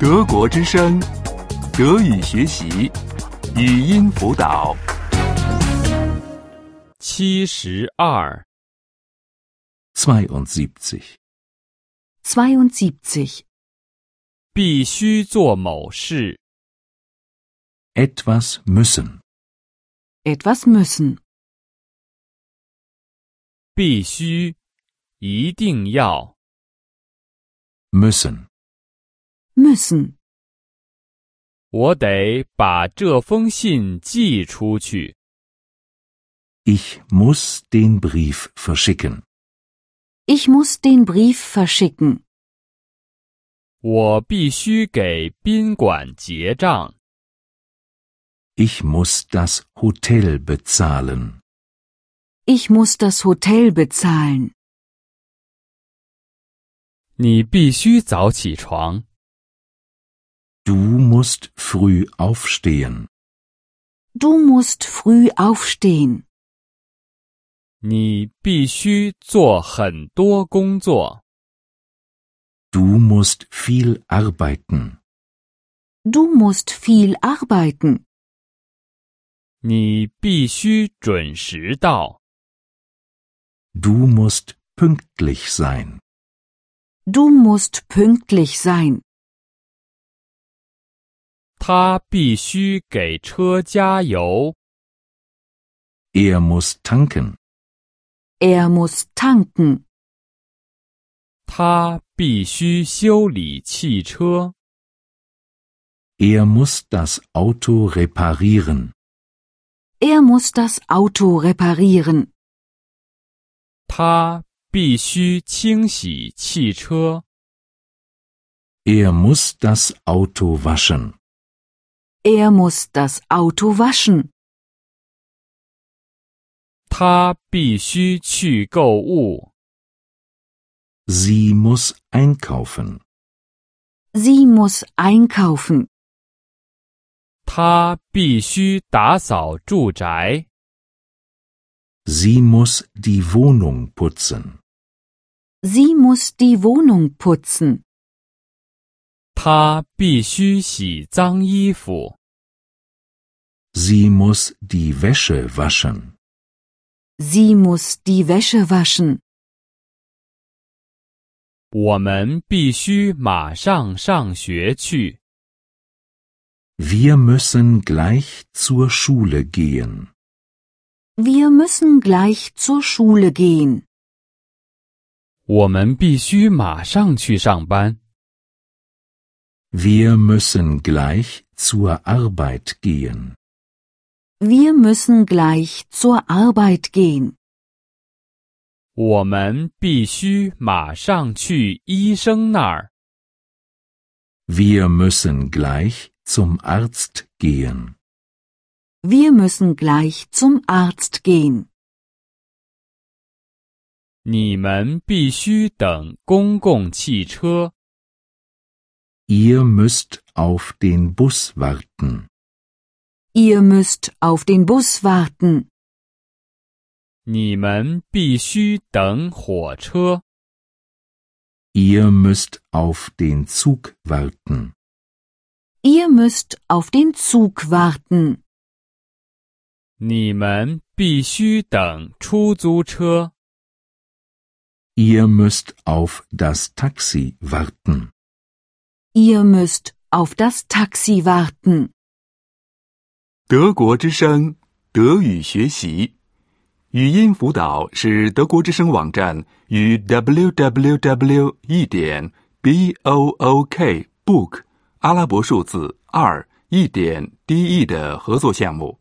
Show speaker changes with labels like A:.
A: 德国之声，德语学习，语音辅导。
B: 七十二，
A: 72.
C: 72.
B: 必须做某事。
A: Etwas müssen.
C: Etwas müssen.
B: 必须，一定要。
A: Müssen.
C: Müssen.
B: 我得把这封信寄出去。
A: Ich muss den Brief verschicken.
C: Ich muss den Brief verschicken.
B: 我必须给宾馆结账。
A: Ich muss das Hotel bezahlen.
C: Ich muss das Hotel bezahlen.
B: 你必须早起床。
A: Du musst früh aufstehen.
C: Du musst früh aufstehen.
B: 你必须做很多工作。
A: Du musst viel arbeiten.
C: Du musst viel arbeiten.
B: 你必须准时到。
A: Du musst pünktlich sein.
C: Du musst pünktlich sein.
B: 他必须给车加油。
A: Er muss tanken.
C: Er muss tanken.
B: 他必须修理汽车。
A: Er muss das Auto reparieren.
C: Er muss das Auto reparieren.
B: 他必须清洗汽车。
A: Er muss das Auto waschen.
C: Er muss das Auto waschen.
B: 他必须去购物。
A: Sie muss einkaufen.
C: Sie muss einkaufen.
B: 他必须打扫住宅。
A: Sie muss die Wohnung putzen.
C: Sie muss die Wohnung putzen.
B: 他必须洗脏衣服。
A: Sie muss die Wäsche waschen.
C: Sie muss die Wäsche waschen.
B: 我们必须马上上学去。
A: Wir müssen gleich zur Schule gehen.
C: Wir müssen gleich zur Schule gehen.
B: 我们必须马上去上班。
A: Wir müssen gleich zur Arbeit gehen.
C: Wir müssen gleich zur Arbeit gehen.
B: 我们必须马上去医生那儿。
A: Wir müssen gleich zum Arzt gehen.
C: Wir müssen gleich zum Arzt gehen.
B: 你们必须等公共汽车。
A: Ihr müsst auf den Bus warten.
C: Ihr müsst auf den Bus warten.
B: 你们必须等火车。
A: Ihr müsst auf den Zug warten.
C: Ihr müsst auf den Zug warten.
B: 你们必须等出租车。
A: Ihr müsst auf das Taxi warten.
C: Ihr müsst auf das Taxi warten.
A: 德国之声，德语学习，语音辅导是德国之声网站与 www. 一点 b o o k book 阿拉伯数字二一点 d e 的合作项目。